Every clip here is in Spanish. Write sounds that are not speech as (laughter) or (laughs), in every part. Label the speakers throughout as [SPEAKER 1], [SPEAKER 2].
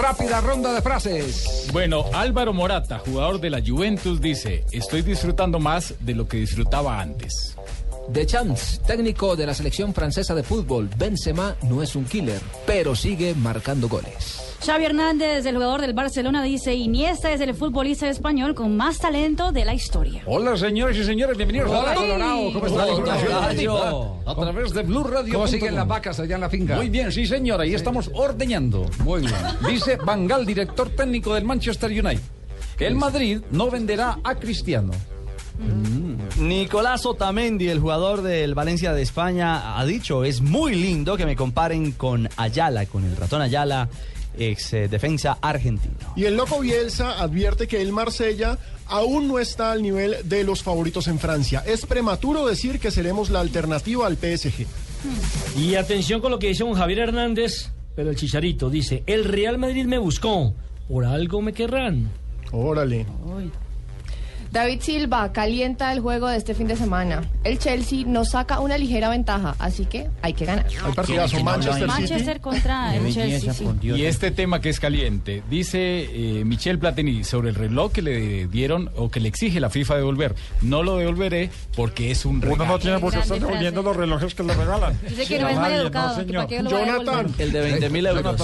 [SPEAKER 1] Rápida ronda de frases.
[SPEAKER 2] Bueno, Álvaro Morata, jugador de la Juventus, dice, estoy disfrutando más de lo que disfrutaba antes.
[SPEAKER 1] De Chance, técnico de la selección francesa de fútbol, Benzema no es un killer, pero sigue marcando goles.
[SPEAKER 3] Xavi Hernández, el jugador del Barcelona, dice, Iniesta es el futbolista español con más talento de la historia.
[SPEAKER 4] Hola, señores y señores, bienvenidos
[SPEAKER 1] Hola,
[SPEAKER 4] a
[SPEAKER 1] Colorado, ¿cómo está la información deportiva?
[SPEAKER 4] A través de Blue Radio.
[SPEAKER 1] ¿Cómo siguen las vacas allá en la finca?
[SPEAKER 4] Muy bien, sí, señora, y estamos ordeñando.
[SPEAKER 1] Muy bien.
[SPEAKER 4] Dice Bangal, director técnico del Manchester United, que el Madrid no venderá a Cristiano.
[SPEAKER 5] Nicolás Otamendi, el jugador del Valencia de España, ha dicho, es muy lindo que me comparen con Ayala, con el ratón Ayala, ex eh, defensa argentino.
[SPEAKER 6] Y el loco Bielsa advierte que el Marsella aún no está al nivel de los favoritos en Francia. Es prematuro decir que seremos la alternativa al PSG.
[SPEAKER 7] Y atención con lo que dice un Javier Hernández, pero el chicharito dice, el Real Madrid me buscó, por algo me querrán.
[SPEAKER 6] Órale.
[SPEAKER 8] David Silva calienta el juego de este fin de semana. El Chelsea nos saca una ligera ventaja, así que hay que ganar.
[SPEAKER 6] Hay partidazo Manchester City.
[SPEAKER 3] Manchester contra el Ah, Chelsea,
[SPEAKER 6] pues.
[SPEAKER 3] sí.
[SPEAKER 2] Y este tema que es caliente, dice eh, Michel Platini sobre el reloj que le dieron o que le exige la FIFA devolver. No lo devolveré porque es un regalo.
[SPEAKER 3] tiene por qué estar Grande devolviendo frase. los
[SPEAKER 4] relojes que le regalan.
[SPEAKER 3] Dice que no es mal educado, que para qué lo va a devolver.
[SPEAKER 6] Jonathan.
[SPEAKER 5] El de 20 mil euros.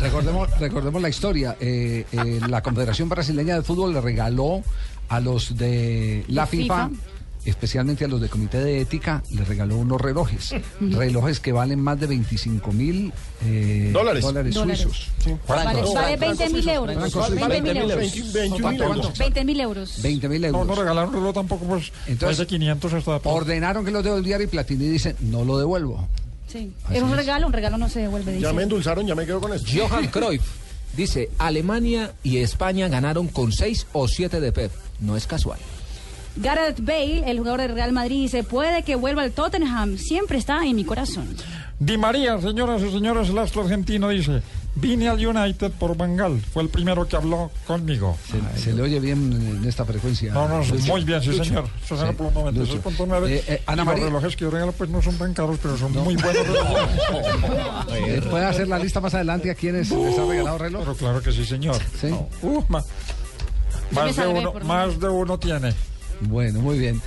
[SPEAKER 1] Recordemos, recordemos la historia. eh, eh, la Confederación Brasileña de Fútbol le regaló a los de la FIFA,
[SPEAKER 3] FIFA.
[SPEAKER 1] especialmente a los del Comité de Ética, le regaló unos relojes. Relojes que valen más de 25 mil eh,
[SPEAKER 6] Dólares.
[SPEAKER 3] Dólares.
[SPEAKER 1] suizos.
[SPEAKER 3] Vale, vale 20 mil euros.
[SPEAKER 1] Francos,
[SPEAKER 3] 20 mil euros.
[SPEAKER 6] 21 euros.
[SPEAKER 3] 20 mil euros.
[SPEAKER 1] 20 mil euros.
[SPEAKER 4] regalaron reloj tampoco, pues.
[SPEAKER 1] Entonces, más de
[SPEAKER 4] 500 hasta
[SPEAKER 1] Ordenaron que los devolviera y Platini dice, no lo devuelvo.
[SPEAKER 3] Sí. Es un regalo, un regalo no se devuelve.
[SPEAKER 6] Ya
[SPEAKER 3] dice.
[SPEAKER 6] me endulzaron, ya me quedo con esto.
[SPEAKER 1] Johan Cruyff dice, Alemania y España ganaron con 6 o 7 de PEP. No es casual.
[SPEAKER 3] Gareth Bale, el jugador del Real Madrid, dice, puede que vuelva al Tottenham, siempre está en mi corazón.
[SPEAKER 9] Di María, señoras y señores, el astro argentino dice, vine al United por Bangal, fue el primero que habló conmigo.
[SPEAKER 1] Se, se le oye bien en esta frecuencia.
[SPEAKER 9] No, no,
[SPEAKER 1] Lucho.
[SPEAKER 9] muy bien, sí
[SPEAKER 1] Lucho.
[SPEAKER 9] señor. Eso será
[SPEAKER 1] Sí,
[SPEAKER 9] por un momento,
[SPEAKER 1] Lucho.
[SPEAKER 9] eso es punto nueve.
[SPEAKER 1] Eh, eh, Ana
[SPEAKER 9] Y
[SPEAKER 1] María,
[SPEAKER 9] Los relojes que yo regalo pues no son tan caros, pero son
[SPEAKER 1] (laughs)
[SPEAKER 9] muy buenos relojes.
[SPEAKER 1] eh, ¿puede hacer la lista más adelante a quienes les ha regalado reloj?
[SPEAKER 9] Pero claro que sí, señor.
[SPEAKER 1] Sí.
[SPEAKER 9] No. Uh, ma-
[SPEAKER 3] me
[SPEAKER 9] Más de
[SPEAKER 3] salvé,
[SPEAKER 9] uno,
[SPEAKER 3] por lo
[SPEAKER 9] más de uno tiene.
[SPEAKER 1] Bueno, muy bien.